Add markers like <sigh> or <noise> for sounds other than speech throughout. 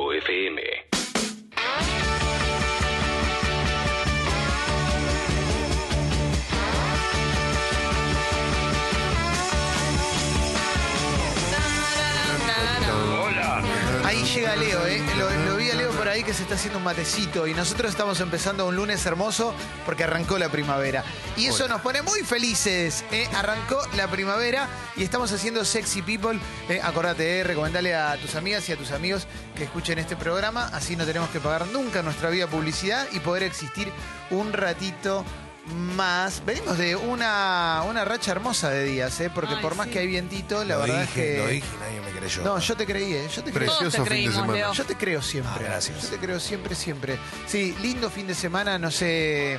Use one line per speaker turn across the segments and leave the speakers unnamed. FM.
Ahí llega Leo, ¿eh? Lo, lo vi a Leo por ahí que se está haciendo un matecito y nosotros estamos empezando un lunes hermoso porque arrancó la primavera. Y eso nos pone muy felices, ¿eh? Arrancó la primavera y estamos haciendo Sexy People. ¿eh? Acordate, ¿eh? recomendale a tus amigas y a tus amigos que escuchen este programa, así no tenemos que pagar nunca nuestra vida publicidad y poder existir un ratito más. Venimos de una, una racha hermosa de días, ¿eh? porque
Ay,
por más
sí.
que hay vientito, la
lo
verdad
dije,
es que...
lo dije y nadie me creyó.
No, yo te creí, ¿eh? yo te creí.
Todos te
Precioso fin de
creímos,
semana.
Leo.
Yo te creo siempre.
Ah, gracias.
Yo te creo siempre, siempre. Sí, lindo fin de semana, no sé.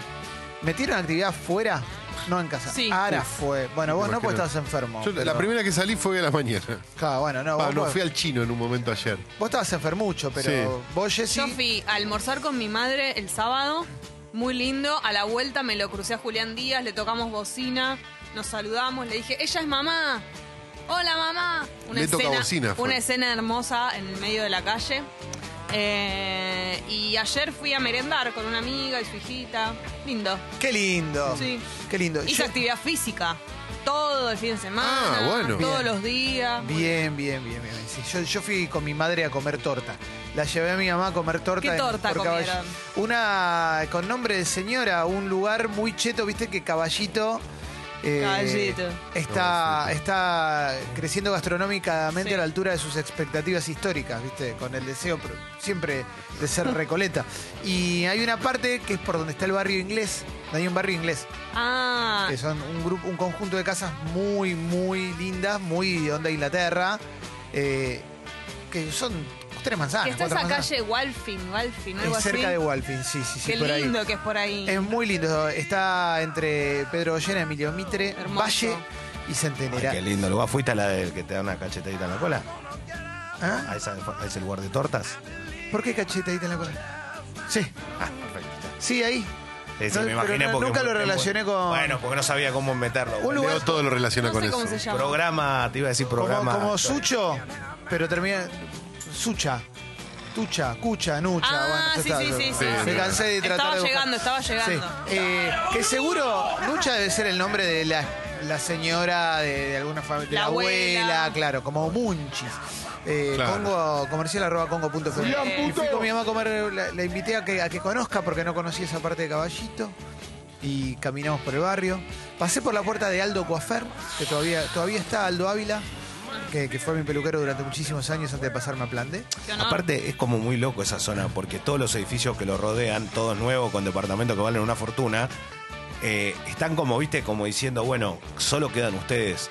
¿Metieron actividad fuera? No en casa.
Sí.
Ahora fue. Bueno, vos no,
Imagino.
porque estabas enfermo.
Yo la- la
pero-
primera que salí fue a la mañana.
Claro, bueno, no,
Ah,
vos,
no,
vos-
fui al chino en un momento ayer.
vos estabas enfermucho, pero
Sí.
vos, Jessy.
Yo fui a almorzar con mi madre el sábado, muy lindo. A la vuelta me lo crucé a Julián Díaz, le tocamos bocina, nos saludamos, le dije, ella es mamá. Hola mamá.
Le toca bocina, fue.
una escena hermosa en el medio de la calle. Eh, y ayer fui a merendar con una amiga y su hijita. Lindo.
Eh,
Qué lindo.
Sí.
Qué lindo.
Hice
Yo-
actividad física. Todo el fin de semana.
Ah, bueno.
Todos
Bien.
los días.
Bien, bien, bien, bien. bien. Sí, yo, yo fui con mi madre a comer torta. La llevé a mi mamá a comer torta.
¿Qué
en-
torta
por Caball-
comieron?
Una eh, con nombre de señora, un lugar muy cheto, viste que caballito. eh,
Caballito.
Está, está creciendo gastronómicamente
Sí.
a la altura de sus expectativas históricas, ¿viste? Con el deseo pro- siempre de
<laughs>
ser recoleta. Y hay una parte que es por donde está el barrio inglés. Hay un barrio inglés
Ah,
que son un grupo, un conjunto de casas muy, muy lindas, muy de onda Inglaterra, eh, que son tres
ah,
manzanas.
que está
cuatro
esa
manzanas.
calle Walfin, Walfin, algo
Es cerca
así.
de Walpin, sí, sí, sí,
Qué
por
lindo
ahí.
que es por ahí.
Es muy lindo, está entre Pedro Ollena, Emilio Mitre,
Hermoso.
Valle y Centenera.
Ay, qué lindo lugar. ¿Fuiste a la del que te da una cachetadita en la cola?
¿Ah?
¿A, esa- a ese lugar de tortas?
¿Por qué cachetadita en la cola? Sí,
Ah, perfecto.
sí, ahí.
Sí, sí,
No,
me imaginé
pero no-
porque
nunca lo
muy-
relacioné con-
Bueno, porque no sabía cómo meterlo.
Un lugar-
Leo todo lo relaciona
no
con
sé
eso.
cómo se llama.
Programa, te iba a decir
Como,
programa.
como Sucho, pero termina Sucha. Tucha, cucha, nucha.
Ah,
bueno,
sí,
ya
sí,
está.
sí, sí.
Me cansé de tratar
Estaba
de buscar.
llegando, estaba llegando.
Sí. Eh, que seguro, Lucha debe ser el nombre de la, la señora, de, de alguna familia, de
La
la abuela,
abuela.
claro, como Munchis. Eh,
Claro.
Congo, comercial arroba congo punto fm. Y Eh, fui con mi mamá a comer, la, la invité a que, a que conozca porque no conocía esa parte de Caballito. Y caminamos por el barrio. Pasé por la puerta de Aldo Coafer, que todavía, todavía está Aldo Ávila, que, que fue mi peluquero durante muchísimos años antes de pasarme a Plan D.
Qué honor.
Aparte, es como muy loco esa zona, porque todos los edificios que lo rodean, todos nuevos, con departamentos que valen una fortuna, eh, están como, viste, como diciendo, bueno, solo quedan ustedes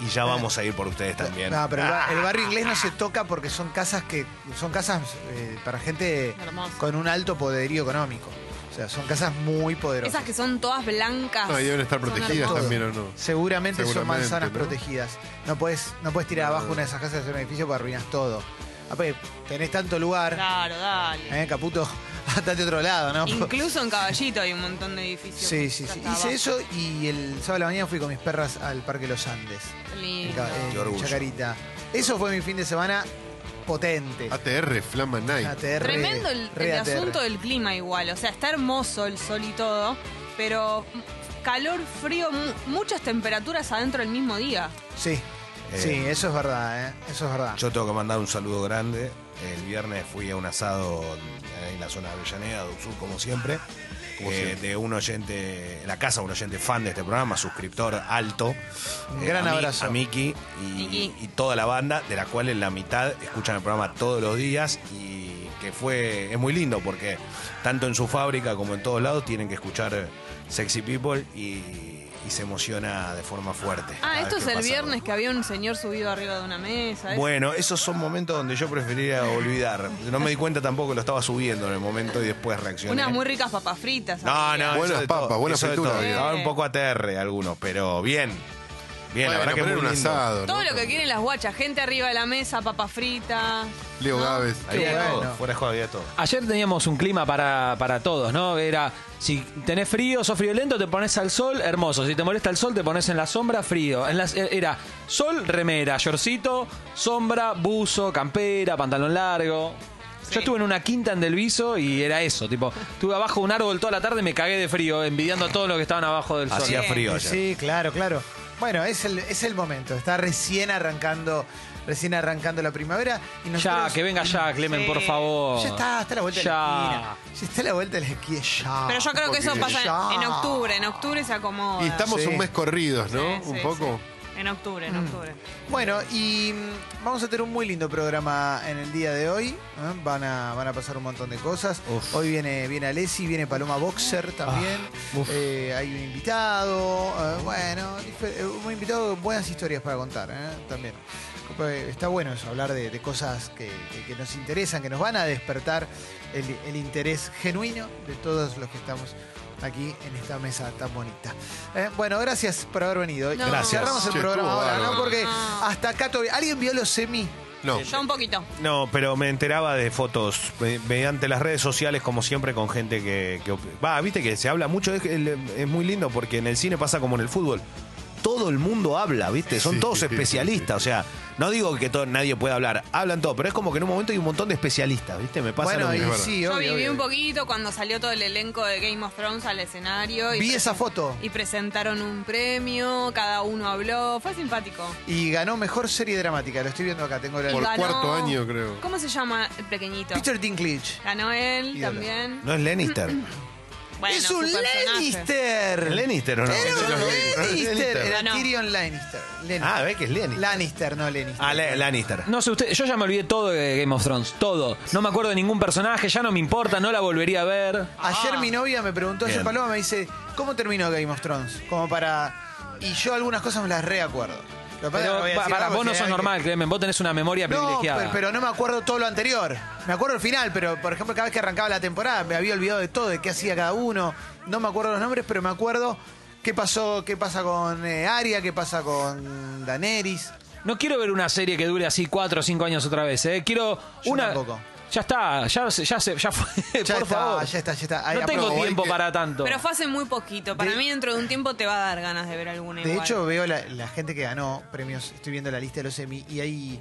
y ya vamos a ir por ustedes también.
No, pero el, ba-
Ah,
el barrio inglés no se toca porque son casas que son casas eh, para gente
Hermoso.
con un alto poderío económico. O sea, son casas muy poderosas.
Esas que son todas blancas.
No, y deben estar
Son
protegidas
hermosas.
también o no.
Seguramente, son
Seguramente,
manzanas
¿no?
protegidas. No puedes no puedes tirar abajo una de esas casas de hacer un edificio porque arruinas todo. Aparte, tenés tanto lugar,
Claro, dale.
eh, Caputo, <laughs> hasta de otro lado, ¿no? pues-
Incluso en Caballito hay un montón de edificios.
Sí, sí, sí. Hice eso y el sábado de la mañana fui con mis perras al Parque Los Andes, en,
Lindo.
Ca- en
Qué orgullo.
Chacarita. Eso fue mi fin de semana potente.
ATR, Flama Night.
ATR,
Tremendo el,
re
el
ATR.
asunto del clima igual. O sea, está hermoso el sol y todo, pero calor, frío, mu- muchas temperaturas adentro el mismo día.
Sí,
Eh,
sí, eso es verdad, ¿eh? Eso es verdad.
Yo tengo que mandar un saludo grande. El viernes fui a un asado en la zona de Avellaneda, de Uxur, como siempre. eh, de un oyente, la casa de un oyente fan de este programa, suscriptor alto. Eh,
Un gran
a Mi-
abrazo.
A Miki y,
Miki.
y toda la banda, de la cual en la mitad escuchan el programa todos los días y que fue, es muy lindo porque tanto en su fábrica como en todos lados tienen que escuchar Sexy People y, y se emociona de forma fuerte.
Ah,
cada
esto es
vez que
el
pasa algo.
viernes que había un señor subido arriba de una mesa. ¿eh?
Bueno, esos son momentos donde yo preferiría olvidar. No me di cuenta tampoco que lo estaba subiendo en el momento y después reaccioné.
Unas muy ricas papas fritas.
eh. No,
había.
no,
Buenas
eso de
papas,
todo,
buena
eso de
fritura
todo.
había.
Estaba un poco ATR algunos, pero bien. Bien, la verdad que
poner
muy
un
lindo.
asado.
Todo
¿no?
lo que quieren las guachas, gente arriba de la mesa, papas fritas.
Leo Gávez.
Había
Qué
de todo,
bueno.
fuera de juego había de todo.
Ayer teníamos un clima para, para todos, ¿no? Era, si tenés frío, sos friolento, te pones al sol, hermoso. Si te molesta el sol, te pones en la sombra, frío. En las, eh, era sol, remera, shortcito, sombra, buzo, campera, pantalón largo. Yo estuve en una quinta en Delviso y era eso, tipo, estuve abajo de un árbol toda la tarde y me cagué de frío, envidiando a todos los que estaban abajo del sol.
Hacía frío ayer.
Sí, claro, claro. Bueno, es el, es el momento. Está recién arrancando, recién arrancando la primavera. Y nosotros,
Ya, que venga ya, Clemen, por
Sí.
favor.
Ya está, está a la vuelta de la esquina.
Ya.
Ya está a la vuelta de la esquina. Ya.
Pero yo creo que eso
Porque
pasa
ya.
en, en octubre. En octubre se acomoda.
Y estamos
Sí.
un mes corridos, ¿no?
Sí,
un
sí,
poco.
sí. En octubre,
Mm.
en octubre.
Bueno, y mm, vamos a tener un muy lindo programa en el día de hoy. ¿eh? Van, a, van a pasar un montón de cosas. Hoy viene, viene Alessi, viene Paloma Boxer también.
Ah,
Eh, hay un invitado. eh, bueno, dife- eh, un invitado con buenas historias para contar ¿eh? también. Eh, Está bueno eso, hablar de, de cosas que, que- que nos interesan, que nos van a despertar el, el interés genuino de todos los que estamos aquí en esta mesa tan bonita. Eh, bueno, gracias por haber venido.
No.
Gracias.
Cerramos el
Che,
programa
estuvo
ahora, ¿no?
bárbaro.
Porque
No.
hasta acá todavía. ¿Alguien vio los semi?
No.
Yo un poquito.
No, pero me enteraba de fotos me- mediante las redes sociales, como siempre, con gente que. que op- Va, viste que se habla mucho, es, es muy lindo porque en el cine pasa como en el fútbol. Todo el mundo habla, ¿viste? Son
Sí,
todos
sí, sí,
especialistas, o sea, no digo que todo, nadie pueda hablar, hablan todo, pero es como que en un momento hay un montón de especialistas, ¿viste? Me pasa lo
bueno, y
mismo.
verdad.
sí,
Yo
obvio,
viví
obvio.
un poquito cuando salió todo el elenco de Game of Thrones al escenario. Y
Vi
presen-
esa foto.
Y presentaron un premio, cada uno habló. Fue simpático.
Y ganó mejor serie dramática. Lo estoy viendo acá, tengo
Y
la.
Por cuarto año, creo.
¿Cómo se llama el pequeñito?
Peter Dinklage.
Ganó él
Ídolo.
también.
No es Lannister.
Bueno,
¡Es
su
un
personaje.
Lannister!
Lannister, ¿o no?
¡Era un
Ese lo vi.
Lannister!
Lannister.
Era
Ganó.
Tyrion Lannister. Lannister.
Ah, ve que es Lannister.
Lannister, no Lannister.
Ah, La- Lannister.
No sé usted, yo ya me olvidé todo de Game of Thrones, todo. No me acuerdo de ningún personaje, ya no me importa, no la volvería a ver.
Ayer
Ah.
mi novia me preguntó, ayer
Bien.
Paloma me dice, ¿cómo terminó Game of Thrones? Como para... Y yo algunas cosas me las reacuerdo. Lo que pasa es que no
Pero
voy a
pa-
decir
para
nada,
vos no
porque
sos
hay que-
normal, Clemen, vos tenés una memoria
No,
privilegiada.
pero, pero no me acuerdo todo lo anterior. Me acuerdo el final, pero por ejemplo, cada vez que arrancaba la temporada me había olvidado de todo, de qué hacía cada uno. No me acuerdo los nombres, pero me acuerdo qué pasó, qué pasa con eh, Aria, qué pasa con Daenerys.
No quiero ver una serie que dure así cuatro o cinco años otra vez, ¿eh? Quiero
Yo
una...
tampoco.
Ya está, ya, se- ya, se- ya fue, <laughs>
Ya
por
está,
favor.
ya está, ya está. Ahí
No tengo
aprobo.
tiempo
Hay que-
para tanto.
Pero fue hace muy poquito. Para
De-
mí dentro de un tiempo te va a dar ganas de ver alguna
De
igual.
hecho, veo la, la gente que ganó premios, estoy viendo la lista de los semi y hay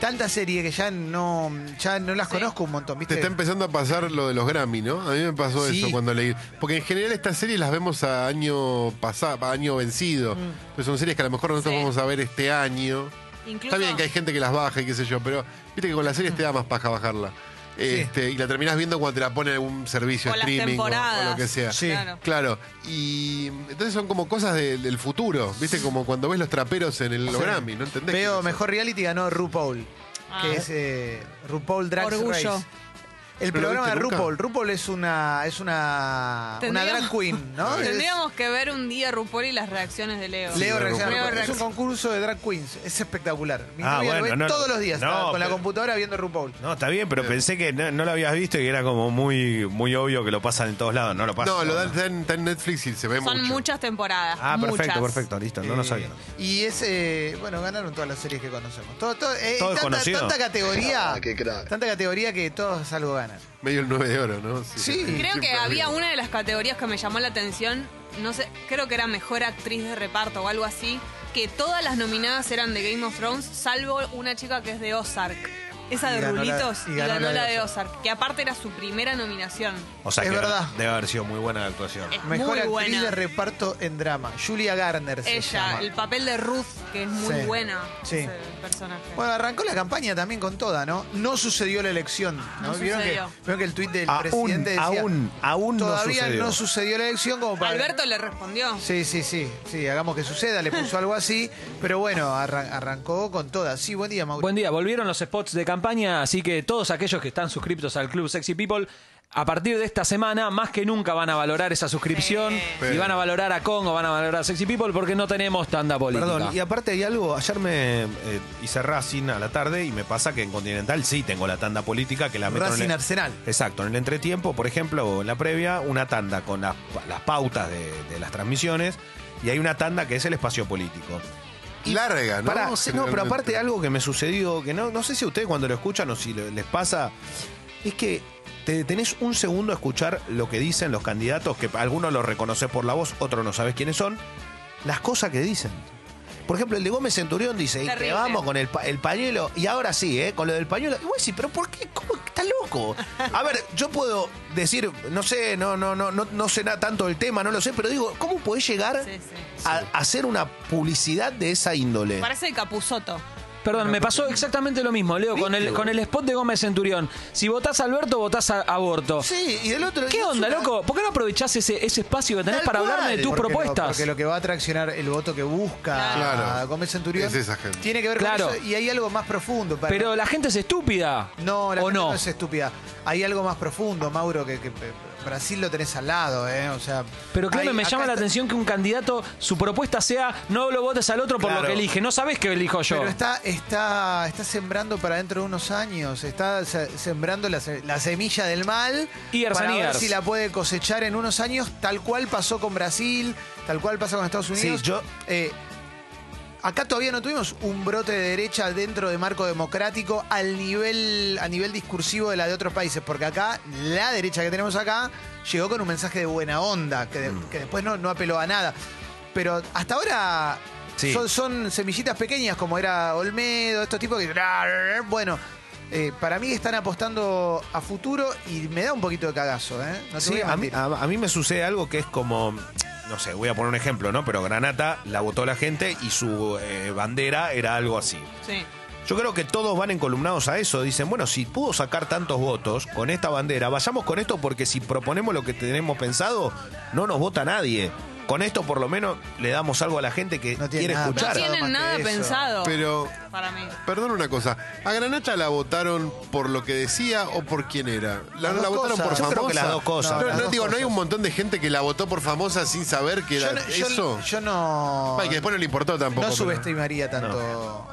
tanta serie que ya no, ya no las
Sí.
conozco un montón,
Te
¿viste?
está empezando a pasar lo de los Grammy, ¿no? A mí me pasó
Sí.
eso cuando leí. Porque en general estas series las vemos a año pasado, a año vencido. Pues son series que a lo mejor nosotros
Mm. Sí.
vamos a ver este año.
Incluso-
Está bien que hay gente que las baja y qué sé yo, pero viste que con las series te da más paja bajarla. Este, Y la terminás viendo cuando te la pone en algún servicio
O las
streaming o-
temporadas.
o, lo que sea.
Sí.
Claro.
Claro, y entonces son como cosas de- del futuro, ¿viste? Como cuando ves los traperos en el los Grammy, ¿no entendés? quiénes
Veo
son.
mejor reality ganó RuPaul,
Ah.
que es eh, RuPaul Drag
Orgullo.
Race. El
¿No lo
programa de
viste nunca?
RuPaul. RuPaul es una es una una
Tendríamos-
drag queen,
<laughs>
¿no? Es-
Tendríamos que ver un día RuPaul y las reacciones de Leo.
Leo
Sí,
reacciona.
Leo
Es un
reacciona.
concurso de drag queens. Es espectacular. Mi
Ah,
novia lo
bueno,
ve
no,
todos los días
no,
está con la
pero-
computadora viendo RuPaul.
No, está bien, pero pensé que no, no lo habías visto y era como muy, muy obvio que lo pasan en todos lados. No lo pasan.
No, lo dan está en, está en Netflix y se ve
Son
mucho.
muchas temporadas.
Ah, perfecto,
muchas.
perfecto, listo, no lo
Eh,
sabía.
Y es, eh, bueno, ganaron todas las series que conocemos. Todo, todo, eh,
Todo es
tanta,
conocido.
tanta categoría. Tanta categoría que todos algo ganan.
Medio el 9 de oro, ¿no? <laughs>
Sí.
Creo que
Siempre
había
arriba.
una de las categorías que me llamó la atención, no sé, creo que era mejor actriz de reparto o algo así, que todas las nominadas eran de Game of Thrones, salvo una chica que es de Ozark. Esa
Y
de
ganó la-
Rulitos
y
y
ganó
ganó
la
la
de
de Ozark, que aparte era su primera nominación.
O sea
Es
que
verdad.
debe haber sido muy buena la actuación.
Es
Mejor
muy
actriz
buena.
de reparto en drama. Julia Garner. se
Ella,
llama.
el papel de Ruth, que es muy
Sí.
buena
Sí.
ese personaje.
Bueno, arrancó la campaña también con toda, ¿no? No sucedió la elección. ¿no?
No
¿Vieron, que,
sucedió.
vieron que el tuit del
Aún,
presidente decía.
Ah, aún, aún no
Todavía
sucedió".
no sucedió la elección como para.
Alberto le respondió.
Sí, sí, sí, sí, hagamos que suceda, le puso algo así, pero bueno, arran- arrancó con toda. Sí, buen día, Mauricio.
Buen día, volvieron los spots de campaña, así que todos aquellos que están suscriptos al Club Sexy People, a partir de esta semana, más que nunca van a valorar esa suscripción y van a valorar a Congo, van a valorar a Sexy People porque no tenemos tanda política.
Perdón, y aparte hay algo, ayer me eh, hice Racing a la tarde y me pasa que en Continental sí tengo la tanda política que la meto
Racing
en el,
Arsenal.
Exacto, en el entretiempo, por ejemplo, o en la previa, una tanda con las, pa- las pautas de, de las transmisiones y hay una tanda que es el espacio político.
Larga, ¿no?
Pará, no, pero
Generalmente.
aparte algo que me sucedió, que no, no sé si ustedes cuando lo escuchan o si le- les pasa, es que te detenés un segundo a escuchar lo que dicen los candidatos, que algunos los reconoces por la voz, otros no sabes quiénes son, las cosas que dicen. Por ejemplo, el de Gómez Centurión dice, y que
Terrible.
vamos con el, pa- el pañuelo, y ahora sí, ¿eh? con lo del pañuelo. Y vos decís, pero ¿por qué? ¿Cómo? ¿Estás loco? loco. A ver, yo puedo decir, no sé, no, no, no, no, no sé nada tanto del tema, no lo sé, pero digo, ¿cómo podés llegar
Sí, sí.
a, a hacer una publicidad de esa índole?
Parece Capuzoto.
Perdón, me pasó exactamente lo mismo, Leo, con el, con el spot de Gómez Centurión. Si votás a Alberto, votás a aborto.
Sí, y del otro.
¿Qué
es
onda,
una-
loco? ¿Por qué no aprovechás ese, ese espacio que tenés
Tal
para
cual.
hablarme de tus
Porque lo-
propuestas?
porque lo que va a atraccionar el voto que busca
Claro.
a Gómez Centurión
Es esa gente.
tiene que ver
Claro.
con eso y hay algo más profundo. Para
Pero la gente es estúpida.
no, la
¿O
gente
no?
no es estúpida. Hay algo más profundo, Mauro, que, que Brasil lo tenés al lado, ¿eh? O sea,
Pero claro,
hay-
me
acá
llama la
está-
atención que un candidato, su propuesta sea no lo votes al otro por lo
Claro.
que elige. No sabés qué elijo yo.
Pero está, está, está sembrando para dentro de unos años, está se- sembrando la, se- la semilla del mal
Years
para
and
ver
years.
si la puede cosechar en unos años, tal cual pasó con Brasil, tal cual pasa con Estados Unidos.
Sí, yo-
Eh, acá todavía no tuvimos un brote de derecha dentro de marco democrático al nivel, a nivel discursivo de la de otros países, porque acá la derecha que tenemos acá llegó con un mensaje de buena onda, que, de-
Mm.
que después no, no apeló a nada. Pero hasta ahora
Sí.
son, son semillitas pequeñas como era Olmedo, estos tipos que... Bueno, eh, para mí están apostando a futuro y me da un poquito de cagazo, ¿eh? No te
Sí,
voy a
a mí,
mentir.
a- a mí me sucede algo que es como, no sé, voy a poner un ejemplo, ¿no? Pero Granata la votó la gente y su eh, bandera era algo así.
Sí.
Yo creo que todos van encolumnados a eso. Dicen, bueno, si pudo sacar tantos votos con esta bandera, vayamos con esto porque si proponemos lo que tenemos pensado, no nos vota nadie. Con esto por lo menos le damos algo a la gente que
No tiene
quiere
nada
escuchar.
pensado.
No
más
tienen
que
nada
eso.
pensado
Pero,
para mí.
perdón una cosa. ¿A Granata la votaron por lo que decía o por quién era? ¿La,
Las
la
dos
votaron
cosas.
por
Yo
famosa?
creo que las dos cosas.
No,
Las
no,
dos
digo, ¿no hay
cosas.
un montón de gente que la votó por famosa sin saber que
Yo
era
no- yo-
eso?
yo no...
Ah, y que después no le importó tampoco.
no
pero-
subestimaría tanto.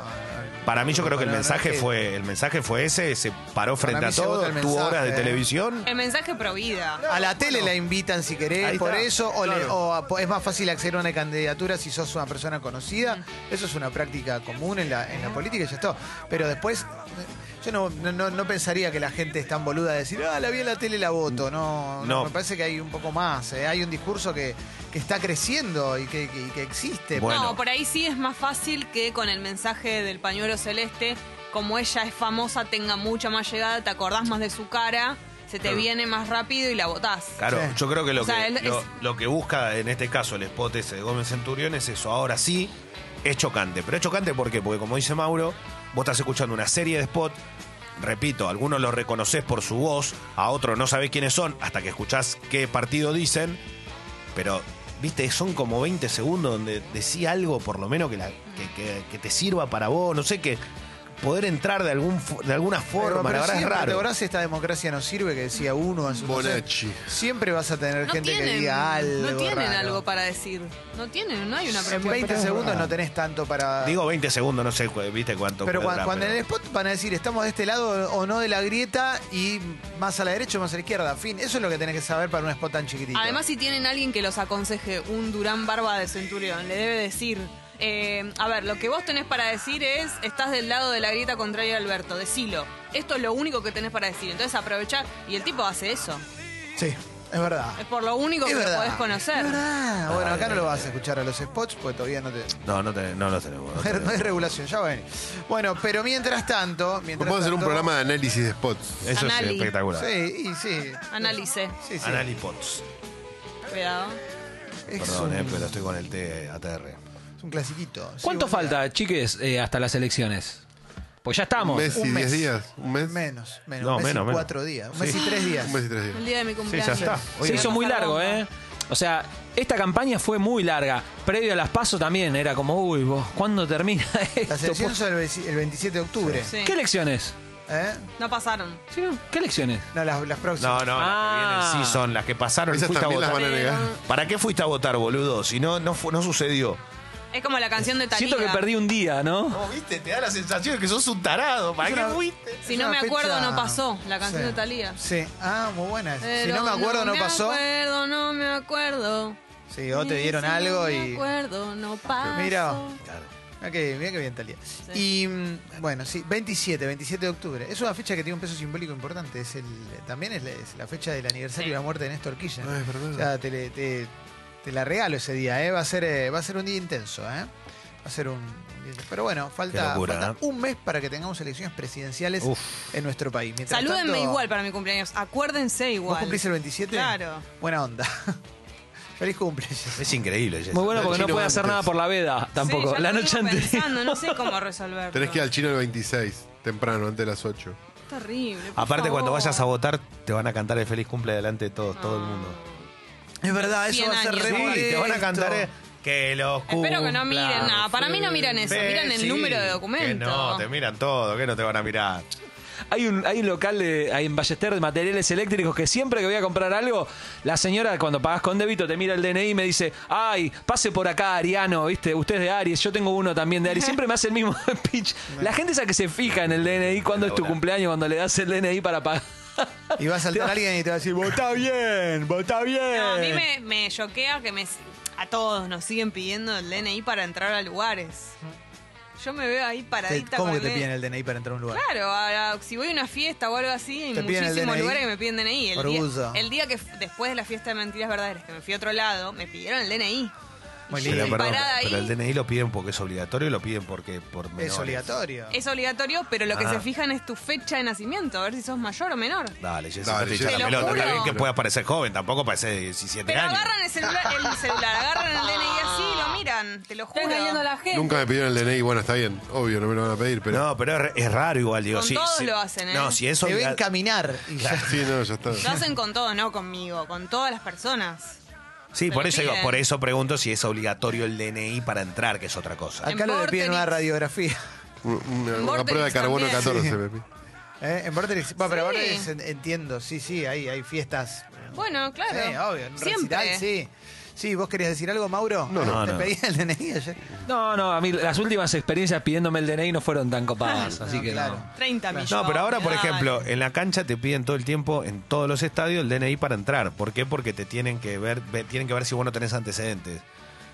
Para mí yo creo que el
Bueno,
mensaje
no es que-
fue el mensaje fue ese, se paró frente
mí
a
se
todo,
vota el
tuvo horas de
mensaje, eh.
televisión.
El mensaje pro vida.
A la tele la invitan si querés,
Ahí
por
está,
eso, o, le-
claro.
o a- po- es más fácil acceder a una candidatura si sos una persona conocida. Eso es una práctica común en la, en la política y ya está. Pero después, yo no, no- no- no pensaría que la gente es tan boluda de decir, ah, la vi en la tele y la voto. No, no,
No.
me parece que hay un poco más. eh. Hay un discurso que, que está creciendo y que, que- que existe.
Bueno.
No, por ahí sí es más fácil que con el mensaje del pañuelo celeste, como ella es famosa, tenga mucha más llegada, te acordás más de su cara, se te viene más rápido y la votás.
Claro,
Sí.
yo creo que lo,
O sea,
que
él
lo,
es-
lo que busca en este caso el spot ese de Gómez Centurión es eso. Ahora sí, es chocante. Pero es chocante ¿por qué? Porque como dice Mauro, vos estás escuchando una serie de spot. Repito, algunos los reconoces por su voz, a otros no sabés quiénes son hasta que escuchás qué partido dicen. Pero, viste, son como 20 segundos donde decía algo por lo menos que, la- que, que- que te sirva para vos. No sé, que poder entrar de, algún, fo- de alguna forma. la verdad es
siempre, ¿te
raro.
acordás esta democracia no sirve que decía uno en su
Bonachi.
Siempre vas a tener
No
gente
tienen,
que diga algo.
no tienen
raro.
algo para decir. No tienen, no hay una
En
propuesta.
20 segundos no tenés tanto para.
Digo 20 segundos, no sé, cu- viste cuánto.
pero cuando,
podrá,
cuando en
pero-
el spot van a decir estamos de este lado o no de la grieta y más a la derecha o más a la izquierda. Fin, eso es lo que tenés que saber para un spot tan chiquitito.
Además, si tienen alguien que los aconseje, un Durán Barba de Centurión, le debe decir. eh, a ver, lo que vos tenés para decir es, estás del lado de la grieta contraria a Alberto, decilo. Esto es lo único que tenés para decir. Entonces aprovechar, y el tipo hace eso.
Sí, es verdad.
Es por lo único
Es
que lo
verdad.
podés
Es
conocer.
verdad. Bueno, acá no lo vas a escuchar a los spots porque todavía no te.
No, no, te- no lo tenemos. no
<laughs> No hay
tenemos.
regulación, ya va a venir. Bueno, pero mientras tanto. Mientras
Vamos a hacer un
tanto-
programa de análisis de spots.
<laughs> Eso es
Anali.
espectacular.
Sí, y sí.
Analice,
Sí, sí.
Analipots.
cuidado.
Es
Perdón, eh,
un-
pero estoy con el T ATR.
Es un clasiquito. Sí,
¿Cuánto
buen día.
falta, chiques, eh, hasta las elecciones? Pues ya
Un
estamos.
mes
Un
y
mes.
10 días. Un mes.
Menos, menos.
No,
un mes
menos,
y
menos.
cuatro días. Un mes y tres días.
Un mes y tres días.
El día de mi cumpleaños.
ya está.
Se hizo muy largo, ¿eh? O sea, esta campaña fue muy larga. Previo a las pasos también era como, uy, vos, ¿cuándo termina <laughs>
Las
esto? Pues,
elecciones son el veinti- el 27 de octubre.
Sí.
¿Qué elecciones?
¿eh?
No pasaron.
Sí, ¿no? ¿Qué elecciones?
No, las, las próximas.
No, no, las
Ah.
que vienen sí son las que pasaron.
Esas
Fuiste a
también las
votar.
van a negar.
¿Para qué fuiste a votar, boludo? Si no, no, fu- no sucedió.
Es como la canción de Talía.
Siento que perdí un día,
Oh,
¿no?
No, viste, te da la sensación de que sos un tarado. ¿Para qué fuiste?
Si
Es
no
una
me acuerdo,
fecha-
no pasó. La canción
Sí.
de Talía.
Sí. Ah, muy buena. si no me acuerdo, no, pasó.
No Eh, me acuerdo, no me acuerdo.
Sí, o te dieron
Si no
algo
me
y.
acuerdo, no pasó.
Mira. Mira que, mira que bien, Talía. Y mm, bueno, sí, 27, 27 de octubre. Es una fecha que tiene un peso simbólico importante. Es el, también es la, es la fecha del aniversario
Sí.
de la muerte de Néstor Kirchner.
Ah, es verdad.
O sea, te, le- te- te la regalo ese día, ¿eh? Va a ser, eh, va a ser un día intenso, ¿eh? hacer un... Pero bueno,
Qué
falta,
locura,
falta
¿eh?
un mes para que tengamos elecciones presidenciales
Uf.
en nuestro país. Mientras
Salúdenme
tanto,
igual para mi cumpleaños. Acuérdense igual.
¿Vos cumplís el 27?
Claro.
Buena onda. <laughs> Feliz cumple, Jess.
Es increíble. Jess.
Muy bueno porque no
Chino
puede hacer
antes.
nada por la veda tampoco.
Sí, ya
la
lo
noche
vengo
antes.
pensando, no sé
<laughs>
cómo resolverlo.
Tenés que ir al chino el 26, temprano, antes de las 8.
Terrible. por
Aparte, cuando
favor.
vayas a votar, te van a cantar el feliz cumple delante de todos, todo el mundo.
Es verdad, eso
100
va a ser
años.
re
Sí,
Y te van a
molesto.
cantar eh, que los
Espero que
uh,
no miren
cumplas
nada. Para mí no miran eso,
feliz.
miran el número de documento.
Que no, te miran todo, que no te van a mirar.
Hay un, hay un local de, hay en Ballester de materiales eléctricos que siempre que voy a comprar algo, la señora cuando pagas con débito te mira el DNI y me dice, ay, pase por acá, Ariano, ¿viste? Usted es de Aries, yo tengo uno también de Aries. Siempre me hace el mismo <laughs> pitch. La gente esa que se fija en el DNI, cuando es tu
Laura.
cumpleaños, cuando le das el DNI para pagar.
Y
<laughs>
va a saltar alguien y te va a decir, votá bien, votá bien.
No, a mí me, me choquea que me, a todos nos siguen pidiendo el DNI para entrar a lugares. Yo me veo ahí
Te-
paradita
¿Cómo
con
que
el
te
DNI.
piden el DNI para entrar a un lugar?
Claro, ahora, si voy a una fiesta o algo así, hay
Te piden el
muchísimos
DNI.
lugares que me piden DNI. El
Orgullo.
día, el día que f- después de la fiesta de mentiras verdaderas que me fui a otro lado, me pidieron el DNI.
Muy
Sí,
lindo.
Pero, perdón,
parada ahí.
pero el DNI lo piden porque es obligatorio, lo piden porque por menores.
Es obligatorio.
Es obligatorio, pero lo que
Ah.
se fijan es tu fecha de nacimiento, a ver si sos mayor o menor.
Dale, Jess,
Dale,
no te hinchas
Jess.
la
Te lo
pelota. Está
juro.
bien que puedas parecer joven, tampoco pareces de 17
Pero
años.
agarran el celular, el celular, agarran el DNI así y lo miran, te lo juro.
Están engañando a la gente.
Nunca me pidieron el DNI, bueno, está bien, obvio, no me lo van a pedir, pero.
No, pero es, re- es raro igual, digo.
Con
sí,
todos
sí.
lo hacen, ¿eh?
No, si es
Te ven
obliga-
caminar y ya
Sí, no, ya está.
Lo hacen con todo, no conmigo, con todas las personas.
Sí,
Te
por
lo
eso, digo,
piden.
por eso pregunto si es obligatorio el DNI para entrar, que es otra cosa.
Acá
En
lo le piden una
Vorterix.
radiografía. <laughs>
Una, una
Vortex
prueba de carbono
también.
14,
Sí.
Pepi.
¿Eh? En Vorterix. Bueno, pero
Sí.
Vorterix en- entiendo, sí, sí, hay, hay fiestas.
Bueno, claro.
Sí, obvio. En un
Siempre.
recital, sí. Sí, ¿vos querías decir algo, Mauro? No,
no,
¿Te
no.
pedían el DNI ayer?
No, no, a mí las últimas experiencias pidiéndome el DNI no fueron tan copadas, así
No,
que
claro.
no.
30 millones.
No, pero ahora, por
dale.
ejemplo, en la cancha te piden todo el tiempo, en todos los estadios, el DNI para entrar. ¿Por qué? Porque te tienen que ver, ve- tienen que ver si vos no tenés antecedentes.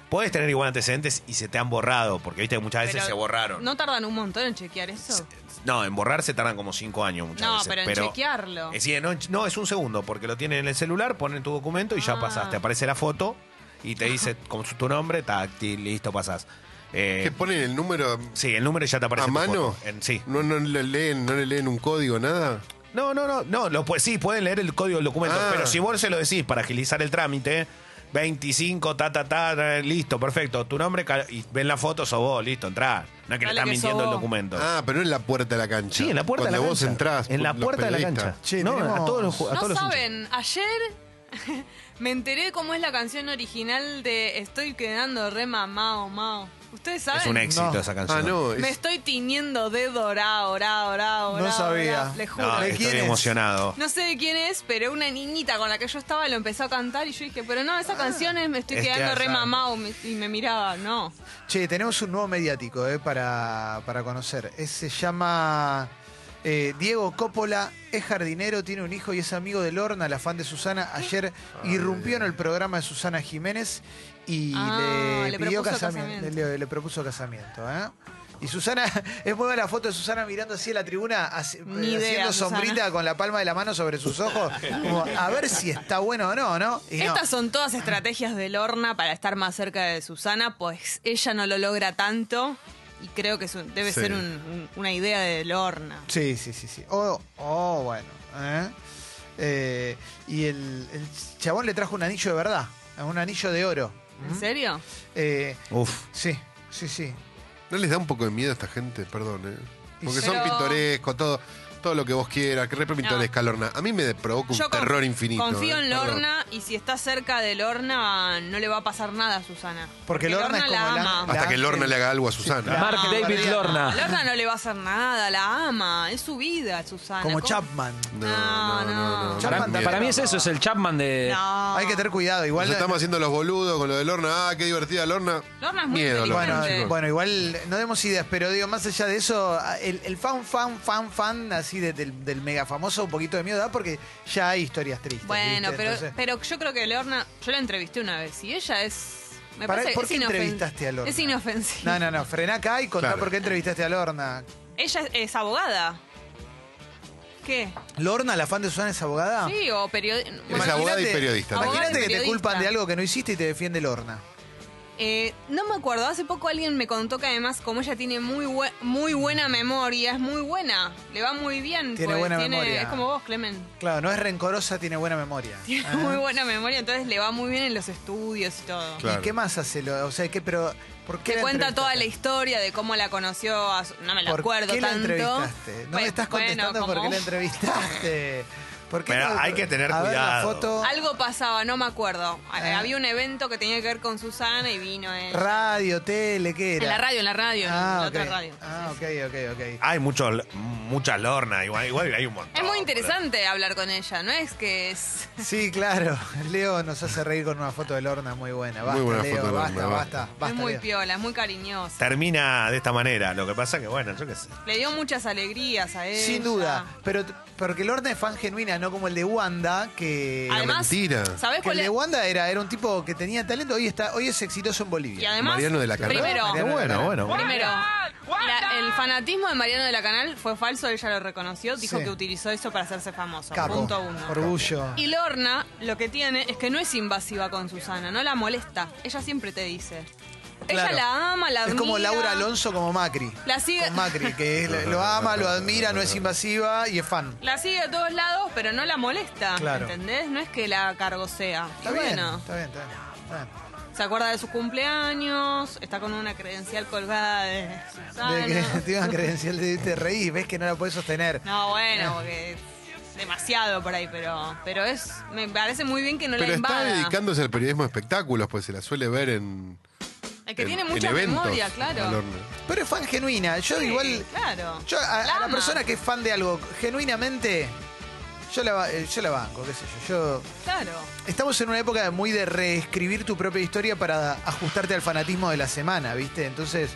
Puedes tener igual antecedentes y se te han borrado, porque viste que muchas veces
Pero
se borraron. No,
¿No tardan un montón en chequear eso?
en borrar se tardan como cinco años muchas
No,
veces.
pero en chequearlo.
Es decir, no, en- no, es un segundo, porque lo tienen en el celular, ponen tu documento y ya
Ah.
pasás. Te aparece la foto y te dice como tu nombre, táctil, listo, pasás. Eh,
¿Qué ponen el número
sí, el número ya te aparece.
a
tu
mano?
foto. En- sí.
¿No, no, le leen, ¿No le leen un código, nada?
No, no, no, no, lo, pues, sí, pueden leer el código del documento,
Ah.
pero si vos se lo decís para agilizar el trámite, 25, ta, ta, ta, eh, listo, perfecto, tu nombre, ca- y ven la foto, sos vos, listo, entrá. No es
Dale
que le están
que
mintiendo
sos
el
vos.
documento.
Ah, pero no en la puerta de la cancha.
sí, en la puerta de
Cuando
la
vos
cancha.
entrás.
En la
los
puerta de la
periodistas.
cancha.
Che,
no,
tenemos-
a todos los, ju- a
No
todos los
saben, ayer <laughs> me enteré cómo es la canción original de Estoy quedando re mamao, mao. ¿Ustedes
hinchas.
saben?
Es un éxito
No.
esa canción.
Ah, no.
Me
es-
estoy tiñendo de dorado, dorado, dorado.
No sabía.
Le juro.
No,
¿De
estoy
quién es?
emocionado.
No sé de quién es, pero una niñita con la que yo estaba lo empezó a cantar y yo dije, pero no, esa canción es Me estoy
es que
quedando re
allá-
mamado me- y me miraba, no.
Che, tenemos un nuevo mediático eh, para, para conocer. Es- se llama eh, Diego Coppola, es jardinero, tiene un hijo y es amigo de Lorna, la fan de Susana. Ayer irrumpió en el programa de Susana Jiménez y
Ah,
le,
le
pidió
propuso
casamiento.
casamiento.
Le, le propuso casamiento. ¿eh? Y Susana, <laughs> es muy buena la foto de Susana mirando así a la tribuna, así-
Ni
eh,
idea,
haciendo
Susana.
sombrita con la palma de la mano sobre sus ojos, como a ver si está bueno o no, ¿no? Y no.
Estas son todas estrategias de Lorna para estar más cerca de Susana, pues ella no lo logra tanto y creo que es un- debe
Sí.
ser un- un- una idea de Lorna.
Sí, sí, sí, sí. Oh, oh bueno. ¿eh? Eh, y el, el chabón le trajo un anillo de verdad, un anillo de oro.
¿En serio?
Eh,
Uf.
sí, sí, sí.
¿No les da un poco de miedo a esta gente? Perdón, ¿eh? Porque son
Pero-
pintorescos, todo, todo lo que vos quieras, que re pintoresca, Lorna. A mí me provoca un
Yo conf-
terror infinito.
confío
¿eh?
en
Perdón.
Lorna y si está cerca de Lorna no le va a pasar nada a Susana.
Porque Lorna es como
la
la-
ama.
Hasta que
ángel.
Lorna le haga algo a Susana.
Mark
Ah,
David
perdida.
A
Lorna.
Lorna no le va a hacer nada, la ama, es su vida, Susana.
Como
Ah, ¿Cómo?
Chapman.
No, no,
No, no.
no. no,
Para,
Chapman
Miedo.
para mí es eso, es el Chapman de...
No.
Hay que tener cuidado.
Nos
Igual.
estamos haciendo los boludos con lo de Lorna. Ah, qué divertida Lorna.
Lorna es muy
Miedo,
inteligente.
Lorna.
Bueno,
Sí.
eh, bueno, igual no demos ideas, pero digo, más allá de eso, el, el fan, fan, fan, fan, así de- del, del mega famoso, un poquito de miedo da porque ya hay historias tristes.
Bueno,
¿viste?
pero,
Entonces-
pero yo creo que Lorna, yo la entrevisté una vez y ella es. Me
Pará,
parece que
¿Por
es
qué
inofen-
entrevistaste a Lorna?
Es inofensiva.
No, no, no, frená acá y contá
Claro.
por qué entrevistaste a Lorna.
Ella es, es abogada. ¿Qué?
¿Lorna, la fan de Susana, es abogada?
Sí, o periodista.
Es abogada y periodista.
abogada
Imagínate
y
que te
periodista.
culpan de algo que no hiciste y te defiende Lorna.
Eh, no me acuerdo, hace poco alguien me contó que además, como ella tiene muy, bue- muy buena memoria, es muy buena, le va muy bien.
Tiene
pues,
buena memoria.
Es como vos, Clemen.
Claro, no es rencorosa, tiene buena memoria.
<laughs> Tiene
Ah.
muy buena memoria, entonces le va muy bien en los estudios y todo.
Claro.
¿Eh? ¿Y qué más hace? lo- O sea, ¿qué, pero, ¿por qué
Te
la
cuenta toda la
entrevistaste?
historia de cómo la conoció, a su- no me lo
¿Por
acuerdo
qué la
tanto.
entrevistaste? No me
Pues,
estás
bueno,
contestando por
como-
qué la entrevistaste. ¿Por qué
Pero
no-
hay que tener
a ver la
cuidado.
foto,
Algo pasaba, no me acuerdo. A-
Ah.
Había un evento que tenía que ver con Susana y vino en,
radio, tele, ¿qué
en
era?
la radio, en la radio,
Ah,
en
ok.
la otra radio.
Ah,
Sí, sí.
ok, ok, ok.
Hay muchos, muchas lornas, igual, igual hay un montón.
Es muy interesante hablar con ella, no es que es...
Sí, claro. <laughs> Leo nos hace reír con una foto de Lorna muy buena. Basta,
buena
Leo,
foto de
basta,
Lorna,
basta,
basta.
basta,
es muy
Leo.
piola, es muy cariñosa.
Termina de esta manera. Lo que pasa que, bueno, yo qué sé.
Le dio muchas alegrías a ella.
Sin duda. Pero porque Lorna es fan genuina, no como el de Wanda, que.
Además,
mentira.
que
¿sabés
el
cuál
de
es?
Wanda era, era un tipo que tenía talento, hoy está, hoy es exitoso en
Y
Bolivia.
además,
Mariano de la Carrera.
primero,
Mariano de la
Bueno, bueno.
primero la- el fanatismo de Mariano de la Canal fue falso, ella lo reconoció, dijo
Sí.
que utilizó eso para hacerse famoso.
Capo,
Punto uno.
Orgullo.
Y Lorna lo que tiene es que no es invasiva con Susana, no la molesta. Ella siempre te dice.
Claro.
Ella la ama, la
Es
admira.
como Laura Alonso como Macri.
La sigue-
Con Macri, que él lo ama, lo admira, no es invasiva y es fan.
La sigue a todos lados, pero no la molesta.
Claro.
¿Entendés? No es que la cargosea. Y
Está bien,
bueno,
está bien, está bien. está bien.
se acuerda de sus cumpleaños, está con una credencial colgada de Susana.
De <laughs> que te iban credencial de te reís, ves que no la puedes sostener.
No, bueno, porque es demasiado por ahí, pero, pero es, me parece muy bien que no
Pero
la
está
invada.
dedicándose al periodismo de espectáculos, pues se la suele ver en.
Es que
en-
tiene
en
mucha
eventos,
memoria,
a
claro.
Lorna.
Pero es fan genuina. Yo
Sí,
igual.
Claro.
Yo a, a la
ama.
persona que es fan de algo, genuinamente, yo la, ba- eh, yo la banco, qué sé yo. Yo.
Claro.
Estamos en una época de muy de reescribir tu propia historia para ajustarte al fanatismo de la semana, ¿viste? Entonces,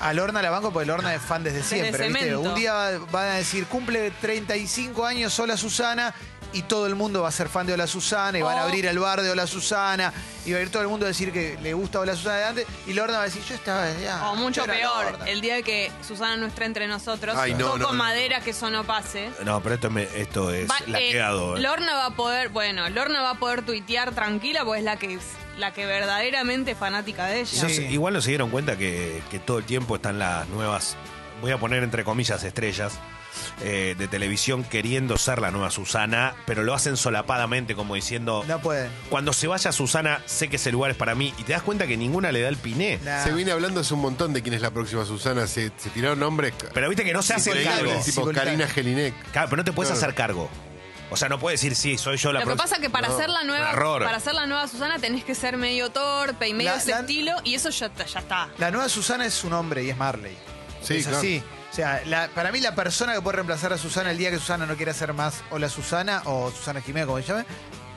a Lorna la banco porque Lorna es fan desde
Desde
siempre, ¿viste?
cemento.
Un día van a decir, cumple 35 años Hola Susana y todo el mundo va a ser fan de Hola Susana y van a
O-
abrir el bar de Hola Susana y va a ir todo el mundo a decir que le gusta Hola Susana de antes y Lorna va a decir, yo estaba desde
Ah,
antes,
O mucho
era
peor,
Lorna".
el día que Susana no está entre nosotros,
Ay, no,
toco
no, no.
madera que eso no pase.
No, pero esto, me- esto es
Va- eh,
laqueado. eh.
Lorna va a poder, bueno, Lorna va a poder tuitear tranquila, pues es la que la que verdaderamente es fanática de ella.
No
Sí.
sé, igual no se dieron cuenta que, que todo el tiempo están las nuevas, voy a poner entre comillas estrellas, eh, de televisión queriendo ser la nueva Susana, pero lo hacen solapadamente como diciendo,
No pueden.
cuando se vaya Susana, sé que ese lugar es para mí. Y te das cuenta que ninguna le da el piné.
Nah.
Se viene hablando hace un montón de quién es la próxima Susana. Se, se tiraron nombres.
Pero viste que no se hace el
increíbles,
cargo.
Sí,
tipo
Voltaire.
Karina Gelinek.
Claro, pero no te puedes
Claro.
hacer cargo. O sea, no puedes decir, sí, soy yo la
Lo que
próxima".
pasa es que para
No,
ser la
un
nueva
error.
para ser la nueva Susana tenés que ser medio torpe y medio
La-
ese
la-
estilo y eso ya, está- ya está.
La nueva Susana es un hombre y es Marley.
Sí,
es
claro.
así. O sea, la- para mí la persona que puede reemplazar a Susana el día que Susana no quiera ser más Hola Susana o Susana Jiménez, como se llame,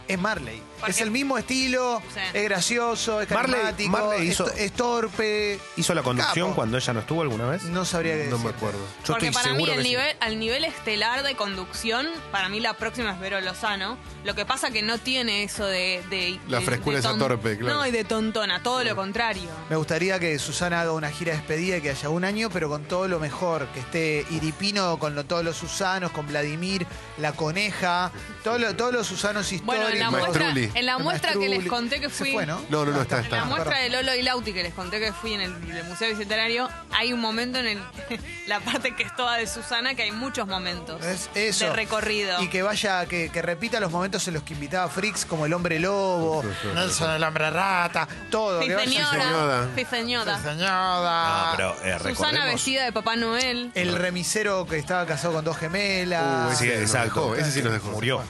es Marley.
Porque-
Es el mismo estilo,
Sí.
es gracioso, es
Marley-
carismático,
Marley
es
hizo-
to- es, torpe.
¿Hizo la conducción
Capo.
cuando ella no estuvo alguna vez?
No sabría qué
No me
decirte.
acuerdo.
Yo
Porque
estoy
para mí
seguro
el
que sí.
nivel, al nivel estelar de conducción, para mí la próxima es Vero Lozano. Lo que pasa que no tiene eso de... de-
La
de-
frescura
de
esa
ton-
torpe, claro.
No, y de tontona, todo lo contrario.
Me gustaría que Susana haga una gira de despedida y que haya un año, pero con todo lo mejor, que esté Iripino con lo- todos los Susanos, con Vladimir, la coneja, todo lo- todos los Susanos históricos.
Bueno, en la,
Maestruli.
muestra, en la
El
muestra que les
Maestruli.
conté que
Se
fui...
fue, ¿no?
No, no, no,
Ah,
está,
En la
está.
muestra de Lolo y Lauti que les conté que fui en el, el Museo Bicentenario, hay un momento en el, <laughs> la parte que es toda de Susana que hay muchos momentos
Es eso.
de recorrido.
Y que vaya, que, que repita los momentos en los que invitaba a Fricks, como el hombre lobo, Nelson el hombre rata, todo.
Sí,
que vaya-
señora.
señora.
Sí, señora.
Sí, señora.
No, pero eh,
Susana
recordemos-
vestida de Papá Noel.
El remisero que estaba casado con dos
Uh,
gemelas.
ese
Sí,
nos
exacto.
dejó, ese sí nos dejó.
Murió.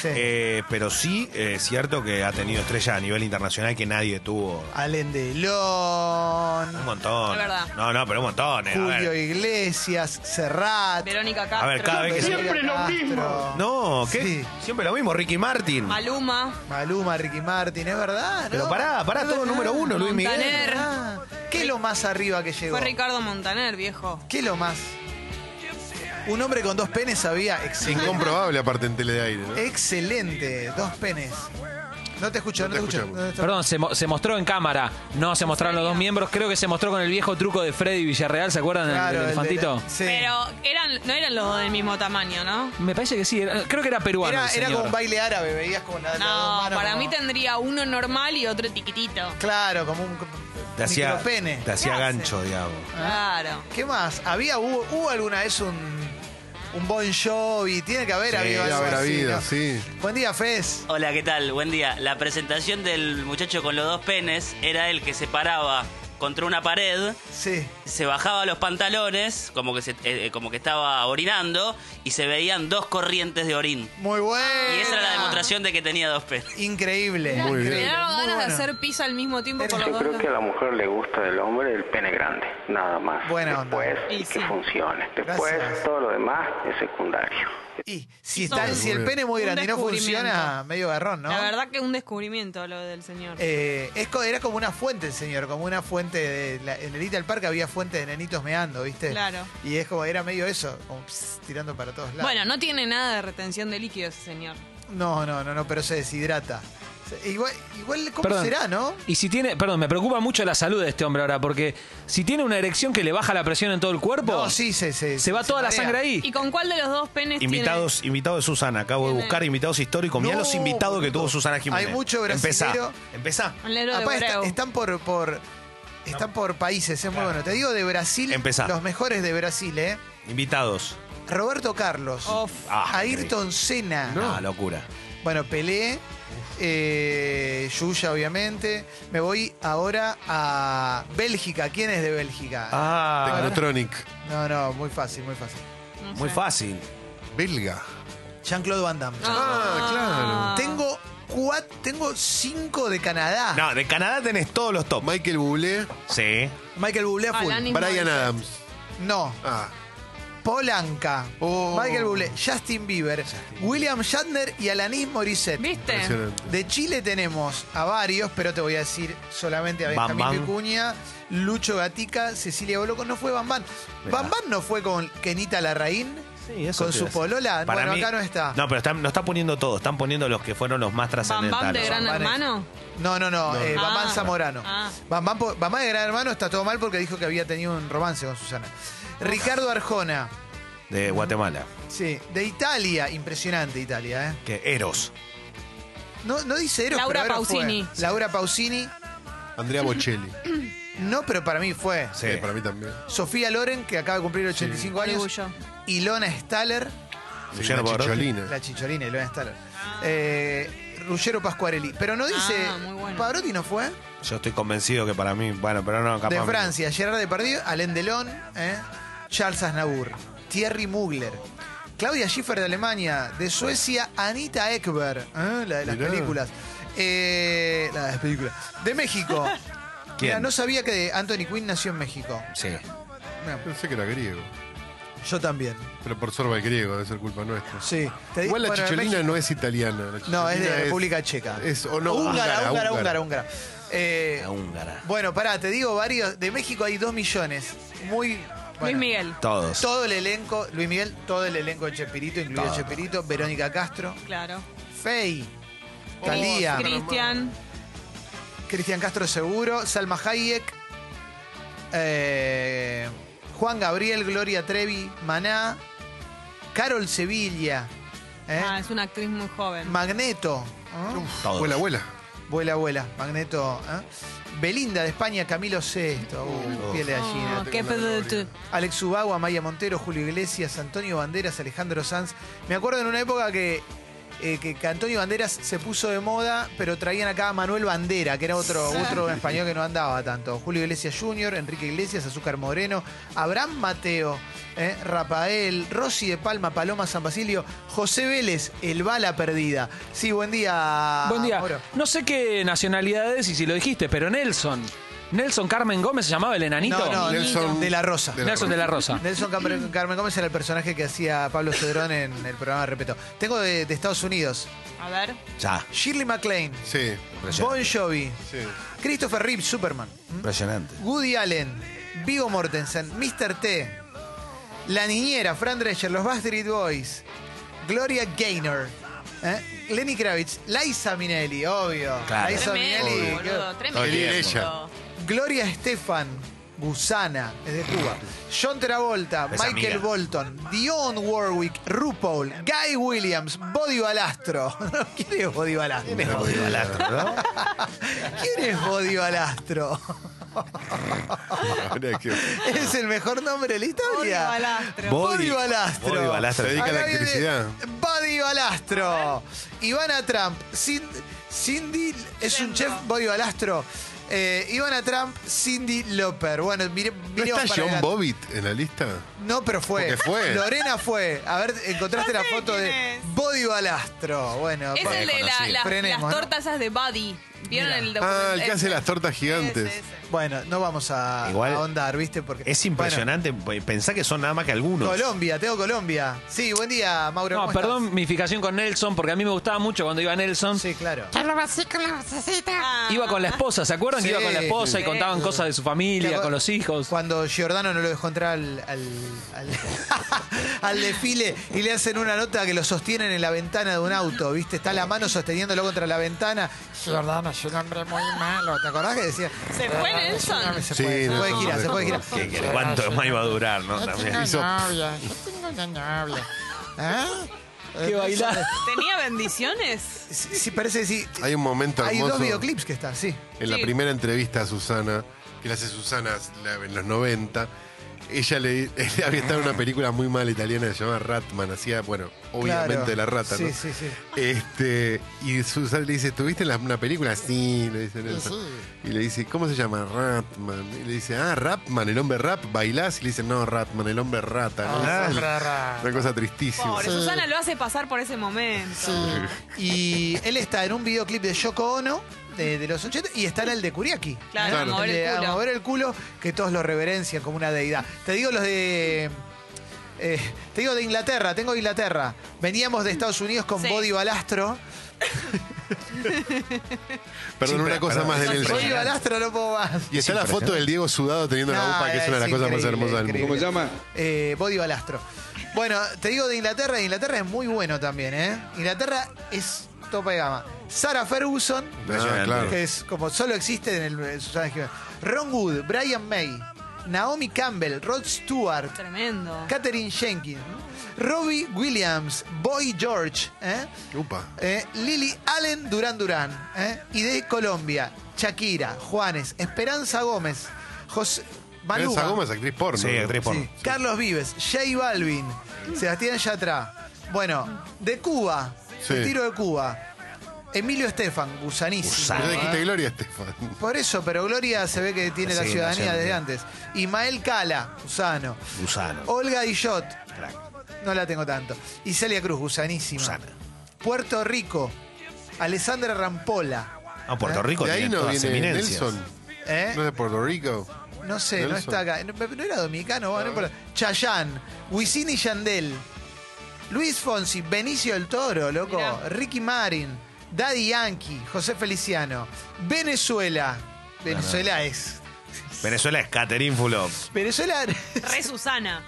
Sí.
Eh, pero sí eh, es cierto que ha tenido estrella a nivel internacional que nadie tuvo.
Allen
Un
Delon,
montón.
Es verdad.
No, no, pero un montón. eh, a
Julio
ver.
Iglesias, Serrat.
Verónica Castro.
ver, cada vez que se-
Siempre lo mismo.
No, ¿qué?
Sí.
Siempre lo mismo, Ricky Martin.
Maluma.
Maluma, Ricky Martin, es verdad. ¿no?
Pero pará, pará, todo número uno, Luis Miguel.
Montaner.
Es verdad. ¿Qué es lo más arriba que llegó?
Fue Ricardo Montaner, viejo.
¿Qué es lo más? Un hombre con dos penes había. Excelente.
Eh,
Incomprobable aparte en tele de aire. ¿no?
Excelente. Dos penes. No te escucho, no,
No
te
te
escucho.
escuchamos.
No te-
Perdón, se, mo- se mostró en cámara. No se mostraron los dos miembros. Creo que se mostró con el viejo truco de Freddy Villarreal. ¿Se acuerdan del-
Claro,
del,
el de-
elefantito?
sí.
Pero eran, no eran los dos del mismo tamaño, ¿no?
Me parece que sí. era- creo que era peruano.
Era,
el
era
señor.
como un baile árabe, veías como la de las dos
No,
manos,
para
como-
mí tendría uno normal y otro tiquitito.
Claro, como un
Te hacía,
micropene.
te hacía
¿Qué hace?
gancho, digamos.
Claro.
¿Qué más? ¿Había, hubo, hubo alguna vez un, un Bon Jovi? Tiene que haber
Sí,
habido
debe
algo
haber
así,
habido,
¿no?
sí.
Buen día, Fez.
Hola, ¿qué tal? Buen día. La presentación del muchacho con los dos penes era el que se paraba contra una pared,
Sí.
se bajaba los pantalones, como que, se- eh, eh, como que estaba orinando, y se veían dos corrientes de orín.
Muy bueno.
Y esa era
Ah.
la demostración de que tenía dos penes.
Increíble.
Muy bien.
Me
increíble,
daba
muy
ganas de
bueno.
hacer pizza al mismo tiempo
Era-
por los
Yo
dos.
creo que a la mujer le gusta del hombre el pene grande, nada más.
Buena onda.
Después,
Y
que
sí.
funcione. Después,
Gracias.
todo lo demás es secundario.
Y si, está, si el
Muy
pene es muy
Un
grande y no
descubrimiento.
funciona, medio garrón, ¿no?
La verdad que un descubrimiento lo del señor.
Eh, es co- era como una fuente el señor, como una fuente de. la- en el Little Park había fuente de nenitos meando, ¿viste?
Claro.
Y es como, era medio eso, como pss, tirando para todos lados.
Bueno, no tiene nada de retención de líquidos ese señor.
No, no, no, no, pero se deshidrata. Se- Igual, igual ¿cómo
Perdón.
será, no?
Y si tiene, perdón, me preocupa mucho la salud de este hombre ahora, porque si tiene una erección que le baja la presión en todo el cuerpo,
No, sí, se, se,
se va toda la
marea.
sangre ahí.
¿Y con cuál de los dos penes tiene-
Invitados, invitado de Susana, acabo de
Tiene-
buscar invitados históricos. Mirá
No,
los invitados que
boludo.
tuvo Susana Jiménez.
Hay mucho brasilero.
Empezá. Empezá.
El negro de
Apá, Ah, pues está-
Breu.
están por, por están por países, es muy bueno. Te digo de Brasil,
Empezá.
los mejores de Brasil, ¿eh?
Invitados.
Roberto Carlos,
Of.
Ah,
Ayrton Senna, Ah,
No, Ah, locura.
bueno, Pelé, eh, Yuya, obviamente. Me voy ahora a Bélgica. ¿Quién es de Bélgica?
Ah,
Technotronic.
No, no, muy fácil, muy fácil.
No
muy
sé.
fácil.
Belga.
Jean-Claude Van Damme.
Ah.
Ah,
Tengo cuatro, tengo cinco de Canadá.
No, de Canadá tenés todos los top.
Michael Bublé.
Sí.
Michael Bublé
Ah,
full.
Lani- Mismo
Brian
Morissette.
Adams.
No.
Ah,
Polanca,
Oh.
Michael Bublé, Justin Bieber, William Shatner y Alanis Morissette.
¿Viste?
impresionante.
De Chile tenemos a varios, pero te voy a decir solamente a
Bam
Benjamín
Bam.
Vicuña, Lucho Gatica, Cecilia Boloco. No fue Bambán.
Mirá.
Bambán no fue con Kenita Larraín,
Sí, eso
con
te
su
iba a decir.
polola.
Para
bueno,
mí-
acá no está.
No, pero están, no está poniendo todos, están poniendo los que fueron los más
Bam Bam de
trascendentales.
Gran
Bambán es-
Hermano.
No, no, no, eh,
Ah.
Bambán Zamorano.
Ah.
Bambán, po- Bambán de Gran Hermano está todo mal porque dijo que había tenido un romance con Susana. Ricardo Arjona,
de Guatemala.
sí, de Italia, impresionante Italia, ¿eh?
Que Eros.
No, no dice Eros,
Laura
pero Eros fue.
Pausini.
Laura Pausini.
<laughs>
Andrea Bocelli.
No, pero para mí fue.
Sí.
Eh, para mí también.
Sofía Loren, que acaba de cumplir 85 años.
Orgullo.
Ilona Staller.
Sí,
Luciano
una
Pavarotti.
chicholina.
La chicholina, Ilona Staller. Eh, Ruggero Pascuarelli. Pero no dice.
Ah, muy bueno.
Pavarotti no fue.
Yo estoy convencido que para mí, bueno, pero no, capaz.
de Francia, Gerard Depardieu, Alain Delon, eh, Charles Aznavour, Thierry Mugler. Claudia Schiffer de Alemania, de Suecia, Anita Ekberg, eh, la de las
Mirá.
películas. Eh, la de las películas. De México.
¿Quién?
Mira, no sabía que Anthony Quinn nació en México.
Sí.
Mira,
Pensé que era griego.
yo también.
Pero por sorba el griego, debe ser culpa nuestra.
Sí. Te di-
Igual la
bueno, en
chicholina no es italiana. la
No, es de
chicholina
República Checa.
Es, o no,
húngara, húngara, húngara,
húngara.
húngara. Eh,
La húngara.
bueno, pará, te digo varios. De México hay dos millones. Muy.
Luis
bueno,
Miguel.
Todos.
Todo el elenco, Luis Miguel, todo el elenco de Chespirito, incluido
Todo.
Chespirito, Verónica Castro,
Claro.
Fey,
Oh,
Talía,
Cristian.
Cristian Castro Seguro, Salma Hayek, eh, Juan Gabriel, Gloria Trevi, Maná, Carol Sevilla, eh,
Ah, es una actriz muy joven.
Magneto. ¿eh?
Todos.
Abuela, abuela.
Vuela, vuela, Magneto. ¿eh? Belinda de España, Camilo Sesto. Uh, piel de gallina.
Oh, qué pedo de tu-
Alex Ubagua, Maya Montero, Julio Iglesias, Antonio Banderas, Alejandro Sanz. Me acuerdo en una época que, eh, que, que Antonio Banderas se puso de moda, pero traían acá a Manuel Bandera, que era otro, otro español que no andaba tanto. Julio Iglesias Jr., Enrique Iglesias, Azúcar Moreno, Abraham Mateo, ¿eh? Rafael, Rosy de Palma, Paloma San Basilio, José Vélez, El Bala Perdida. Sí, buen día.
Buen día.
Moro.
No sé qué nacionalidad es y si lo dijiste, pero Nelson. Nelson Carmen Gómez se llamaba el enanito.
No, no,
Nelson
de la Rosa.
de la
Nelson de la Rosa.
Nelson Cam- Carmen Gómez era el personaje que hacía Pablo Cedrón en el programa Repeto. Tengo de, de Estados Unidos.
A ver.
Ya.
Shirley MacLaine.
Sí,
Bon Jovi.
sí. <laughs>
Christopher Reeve, Superman.
Impresionante.
Woody Allen. Vigo Mortensen. Mr. T. La niñera, Fran Drescher, los Bastard Boys. Gloria Gaynor. ¿Eh? Lenny Kravitz, Liza Minelli, obvio.
Claro.
Liza
Tremendo,
Minelli.
boludo,
qué-
tremendo.
bien ella.
Gloria Estefan, Gusana, es de Cuba. John Travolta,
Esa
Michael
amiga.
Bolton, Dion Warwick, RuPaul, Guy Williams, Body Balastro. <laughs> No, ¿Quién es Body Balastro?
Me jodí el balastro, ¿no?
¿Quién es
<laughs>
Body Balastro?
Ahora que-
Es el mejor nombre de la
Body
historia.
Balastro.
Body
Body-
Balastro.
Body Balastro.
Se dedica a la
Acá viene
electricidad.
Body Balastro. Ivana Trump. Cin- Cindy es un chef Body Balastro. Eh, Ivana Trump, Cindy Loper. Bueno, mire,
¿No está
miremos para
John
adelante.
Bobbitt en la lista? Ah,
No, pero fue.
Porque fue.
Lorena fue. A ver, encontraste
No
la
sé
foto
quién
de
es.
Body Balastro. Bueno,
Es
pa-
el de la-
Conocido.
la-
Frenemos, ¿no?
las tortas esas de Buddy. ¿Vieron
Mira.
el
Ah, el que
ese,
hace las tortas
ese,
gigantes.
ese.
Bueno, no vamos a
Igual
ahondar, ¿viste? Porque,
Es
bueno,
impresionante, pe- pensá que son nada más que algunos.
Colombia, tengo Colombia. Sí, buen día, Mauro.
No,
¿cómo estás?
perdón mi fijación con Nelson, porque a mí me gustaba mucho cuando iba Nelson.
Sí, claro.
Ah,
Iba con la esposa, ¿se acuerdan
Sí.
que iba con la esposa y
Sí.
contaban cosas de su familia,
Claro,
con los hijos?
Cuando Giordano no lo dejó entrar al, al- al- <laughs> al desfile y le hacen una nota que lo sostienen en la ventana de un auto, ¿viste? Está la mano sosteniéndolo contra la ventana. Giordano es un hombre muy malo. ¿Te acordás que decía?
¿Se fue Nelson?
Se
Sí,
puede, se
no,
puede
no,
girar,
no,
se puede
no,
girar.
no.
Que- que ¿Cuánto más iba a durar, no? También.
Hizo- <laughs>
¿Eh?
Que bailar.
¿Tenía bendiciones?
Sí, sí, parece que sí.
Hay un momento
Hay
hermoso
dos videoclips que están, sí.
en la
Sí.
primera entrevista a Susana, que la hace Susana la- en los 90. Ella le, <laughs> él había estado en una película muy mala italiana que se llama Ratman, hacía, bueno, obviamente
Claro.
la rata,
Sí,
¿no?
sí, sí.
Este, y Susana le dice, ¿estuviste en la- una película? Sí, le dice Nelson. Y le dice, ¿cómo se llama? Ratman. Y le dice, ah, Ratman, el hombre rap, bailás. Y le dice, no, Ratman, el hombre rata.
Ah,
Una cosa tristísima.
Pobre, Susana lo hace pasar por ese momento.
Y él está en un videoclip de Yoko Ono de, de los 80 y está en el de Kuriaki.
Claro,
Claro.
a mover
de
el
a
culo.
mover el culo, que todos lo reverencian como una deidad. Te digo los de. eh, te digo de Inglaterra, tengo Inglaterra. Veníamos de Estados Unidos con
Sí.
Body Balastro.
Perdón,
Sí,
una
pero-
cosa
perdón.
más de Nelson.
Body Balastro no puedo más.
Y está la
¿eh?
foto del Diego sudado teniendo la
No,
UPA, que es una de las cosas más
increíble,
hermosas del mundo.
increíble. Eh, Body Balastro. Bueno, te digo de Inglaterra, Inglaterra es muy bueno también, ¿eh? Inglaterra es topa de gama. Sarah Ferguson,
Ah, claro.
que es como solo existe en el en Susana Jiménez. Ron Wood, Brian May, Naomi Campbell, Rod Stewart,
Tremendo.
Katherine Jenkins, Robbie Williams, Boy George, ¿eh?
Upa.
Eh, Lily Allen Durán Durán, ¿eh? y de Colombia, Shakira, Juanes, Esperanza Gómez, José Maluma,
Esa goma es actriz porno.
Sí, actriz porno.
Sí. Carlos Vives, Jay Balvin, Sebastián Yatra. Bueno, de Cuba,
Sí.
el tiro de Cuba, Emilio Estefan, gusanísimo.
Gusano.
Pero
¿eh?
dijiste Gloria Estefan.
Por eso, pero Gloria se ve que tiene
Sí,
la ciudadanía
nacional.
desde antes. Ismael Cala, gusano.
Gusano.
Olga Guillot,
Crack.
no la tengo tanto. Y Celia Cruz, gusanísima.
Gusana.
Puerto Rico, Alessandra Rampola.
No, Puerto Rico
Ah, de ahí
tiene
no
todas
viene
eminencias.
Nelson.
¿eh?
No es de Puerto Rico.
No sé, no
Nelson.
está acá. No, no era dominicano, bueno, no importa. Chayán, Wisin y Yandel, Luis Fonsi, Benicio del Toro, loco.
Mirá.
Ricky Marin, Daddy Yankee, José Feliciano. Venezuela. Venezuela es.
Venezuela es Caterín Fulop.
Venezuela
Re Susana.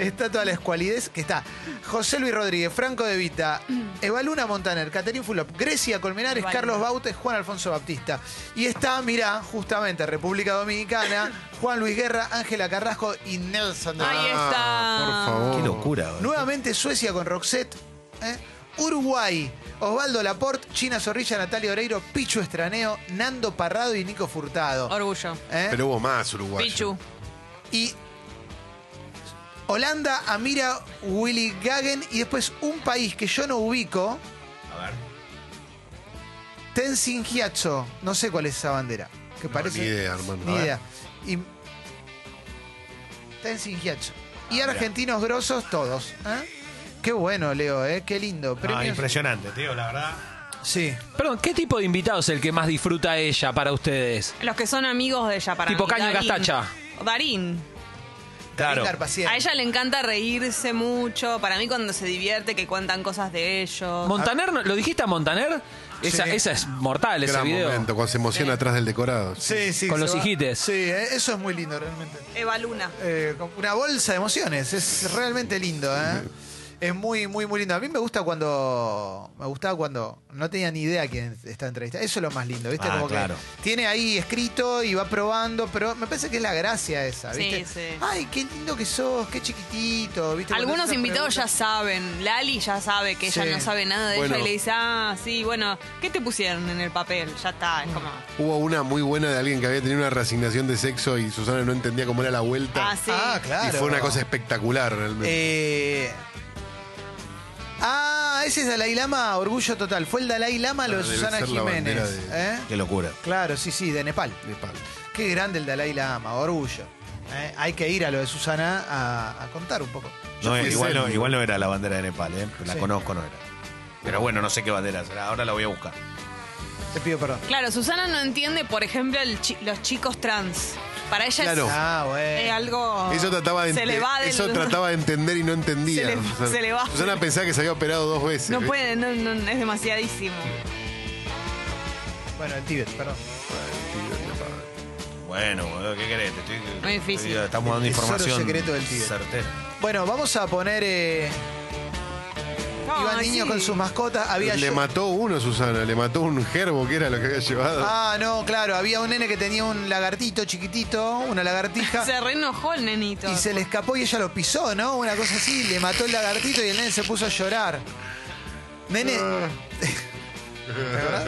está toda la escualidez que está. José Luis Rodríguez, Franco De Vita, Eva Luna Montaner, Caterín Fulop, Grecia Colmenares,
Eva
Carlos
Luna.
Bautes, Juan Alfonso Baptista. Y está, mirá, justamente República Dominicana, Juan Luis Guerra, Ángela Carrasco y Nelson. de-
Ahí está.
Por favor.
Qué locura. boludo.
Nuevamente Suecia con Roxette, ¿eh? Uruguay, Osvaldo Laporte, China Zorrilla, Natalia Oreiro, Pichu Estraneo, Nando Parrado y Nico Furtado.
Orgullo.
¿eh?
Pero hubo más Uruguay.
Pichu.
y Holanda, Amira, Willy Gagen y después un país que yo no ubico,
A ver.
Tenzin Gyatso. No sé cuál es esa bandera. Que parece,
ni idea, hermano.
Ni
A ver.
idea. Y, Tenzin Gyatso.
Ah,
Y argentinos grosos todos. ¿eh? Qué bueno, Leo, ¿eh? qué lindo.
No,
Premios-
Ah, impresionante, tío, la verdad.
Sí.
Perdón, ¿qué tipo de invitados es el que más disfruta ella para ustedes?
Los que son amigos de ella para
Tipo
mí,
Caño
Darín.
Castacha.
Darín.
Claro.
Ricardo Paciel.
A ella le encanta reírse mucho. Para mí cuando se divierte que cuentan cosas de ellos.
Montaner, ¿no? ¿lo dijiste a Montaner? Esa,
Sí.
esa es mortal, ese
Gran
video.
momento, cuando se emociona atrás del decorado.
Sí, sí,
Con
se
los hijites.
Sí, eh, eso es muy lindo realmente.
Eva Luna.
Eh, con una bolsa de emociones, es realmente lindo. ¿eh? Es muy, muy, muy lindo. A mí me gusta cuando. Me gustaba cuando no tenía ni idea quién está entrevistando. Eso es lo más lindo, ¿viste?
Ah,
Como
claro.
que tiene ahí escrito y va probando, pero me parece que es la gracia esa,
Sí,
¿viste?
sí.
Ay, qué lindo que sos, qué chiquitito, ¿viste? Cuando
Algunos
esas
invitados ya
preguntas-
saben. Lali ya sabe que
Sí.
ella no sabe nada de
Bueno.
ella y le dice, ah, sí, bueno, ¿qué te pusieron en el papel? Ya está, es como.
Hubo una muy buena de alguien que había tenido una resignación de sexo y Susana no entendía cómo era la vuelta.
Ah, sí.
Ah, claro.
Y fue una cosa espectacular realmente.
Eh, Ah, ese es Dalai Lama, orgullo total. Fue el Dalai Lama lo de
Debe
Susana
ser la bandera
Jiménez.
de-
¿eh?
Qué locura.
Claro, sí, sí, de Nepal.
Nepal.
Qué grande el Dalai Lama, orgullo. ¿eh? Hay que ir a lo de Susana a, a contar un poco.
No,
fui
igual, no,
selfie.
igual no era la bandera de Nepal, ¿eh? la conozco, no era. Pero bueno, no sé qué bandera será, ahora la voy a buscar.
Te pido perdón.
Claro, Susana no entiende, por ejemplo, el chi- los chicos trans. Para ella
Claro.
es,
Ah,
eh,
bueno.
algo.
Eso trataba de,
Se le va del-
eso trataba de entender y no entendía.
Se le-
Susana.
se le va.
Susana pensaba que se había operado dos veces.
<laughs> No
¿viste?
puede, no, no, es demasiadísimo.
Bueno, el Tíbet, perdón.
Bueno, boludo, ¿qué querés? Te estoy-
Muy difícil.
estoy- estamos dando
El tesoro
información.
secreto del Tíbet.
Certera.
Bueno, vamos a poner eh, Iván
Ay,
Niño
sí.
con sus mascotas. Había
Le
yo-
mató uno, Susana, le mató un gerbo que era lo que había llevado.
Ah, no, claro, había un nene que tenía un lagartito chiquitito, una
<laughs>
lagartija.
Se reenojó el nenito.
Y se le escapó y ella lo pisó, ¿no? Una cosa así, le mató el lagartito y el nene se puso a llorar. Nene. <laughs> ¿Te acordás?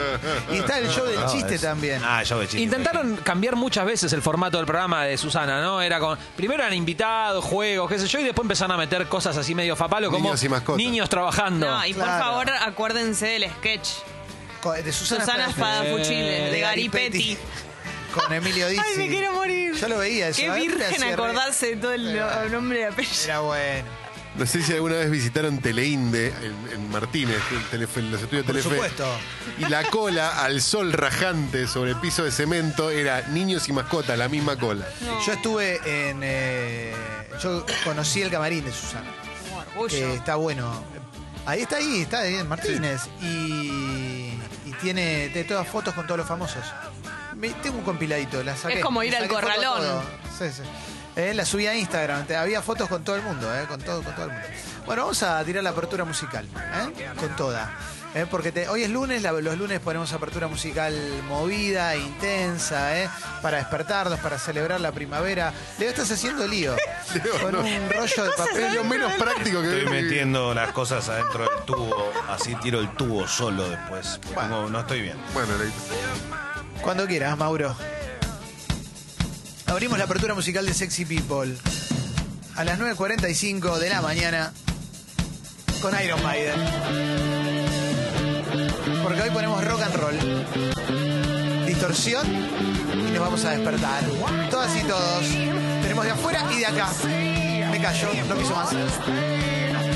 y está el show del
No,
chiste
es-
también.
Ah, yo de chiste.
Intentaron cambiar muchas veces el formato del programa de Susana, ¿no? Era con. Primero eran invitados, juegos, qué sé yo, y después empezaron a meter cosas así medio fapalo como
Niños y mascotas.
niños trabajando.
No, y
Claro.
por favor, acuérdense del sketch.
Con- De Susana,
Susana
Espada-
Espadafuchile, de Garipetti.
Con Emilio Dizzi.
<laughs> Ay, me quiero morir.
Yo lo veía eso.
Qué
¿eh?
virgen
Hacía re-
acordarse de todo el
Era-
el nombre de apellido.
Era bueno.
No sé si alguna vez visitaron Teleinde en, en Martínez, el Telefe- los estudios
Por
Telefe.
supuesto.
Y la cola al sol rajante sobre el piso de cemento era niños y mascotas, la misma cola.
Yo estuve en. eh, yo conocí el camarín de Susana.
Como orgullo.
que está bueno. Ahí está ahí, está ahí en Martínez. Y, y tiene, tiene todas fotos con todos los famosos. Me- tengo un compiladito, la saqué.
Es como ir
Le
al
saqué foto a
corralón.
todo. Sí, sí. Eh, la subí a Instagram, te- había fotos con todo el mundo, eh, con, todo, con todo el mundo. Bueno, vamos a tirar la apertura musical, eh, con toda. Eh, porque te- hoy es lunes, la- los lunes ponemos apertura musical movida, intensa, eh, para despertarnos, para celebrar la primavera. Leo, estás haciendo lío.
<laughs> Leo,
con
no.
un rollo de papel.
Es lo menos práctico que
Estoy metiendo las cosas adentro del tubo, así tiro el tubo solo después. porque
Bueno.
tengo- no estoy bien.
Bueno,
Cuando quieras, Mauro. Abrimos la apertura musical de Sexy People a las 9.45 de la mañana con Iron Maiden. Porque hoy ponemos rock and roll, distorsión y nos vamos a despertar. Todas y todos. Tenemos de afuera y de acá. Me callo, no quiso más.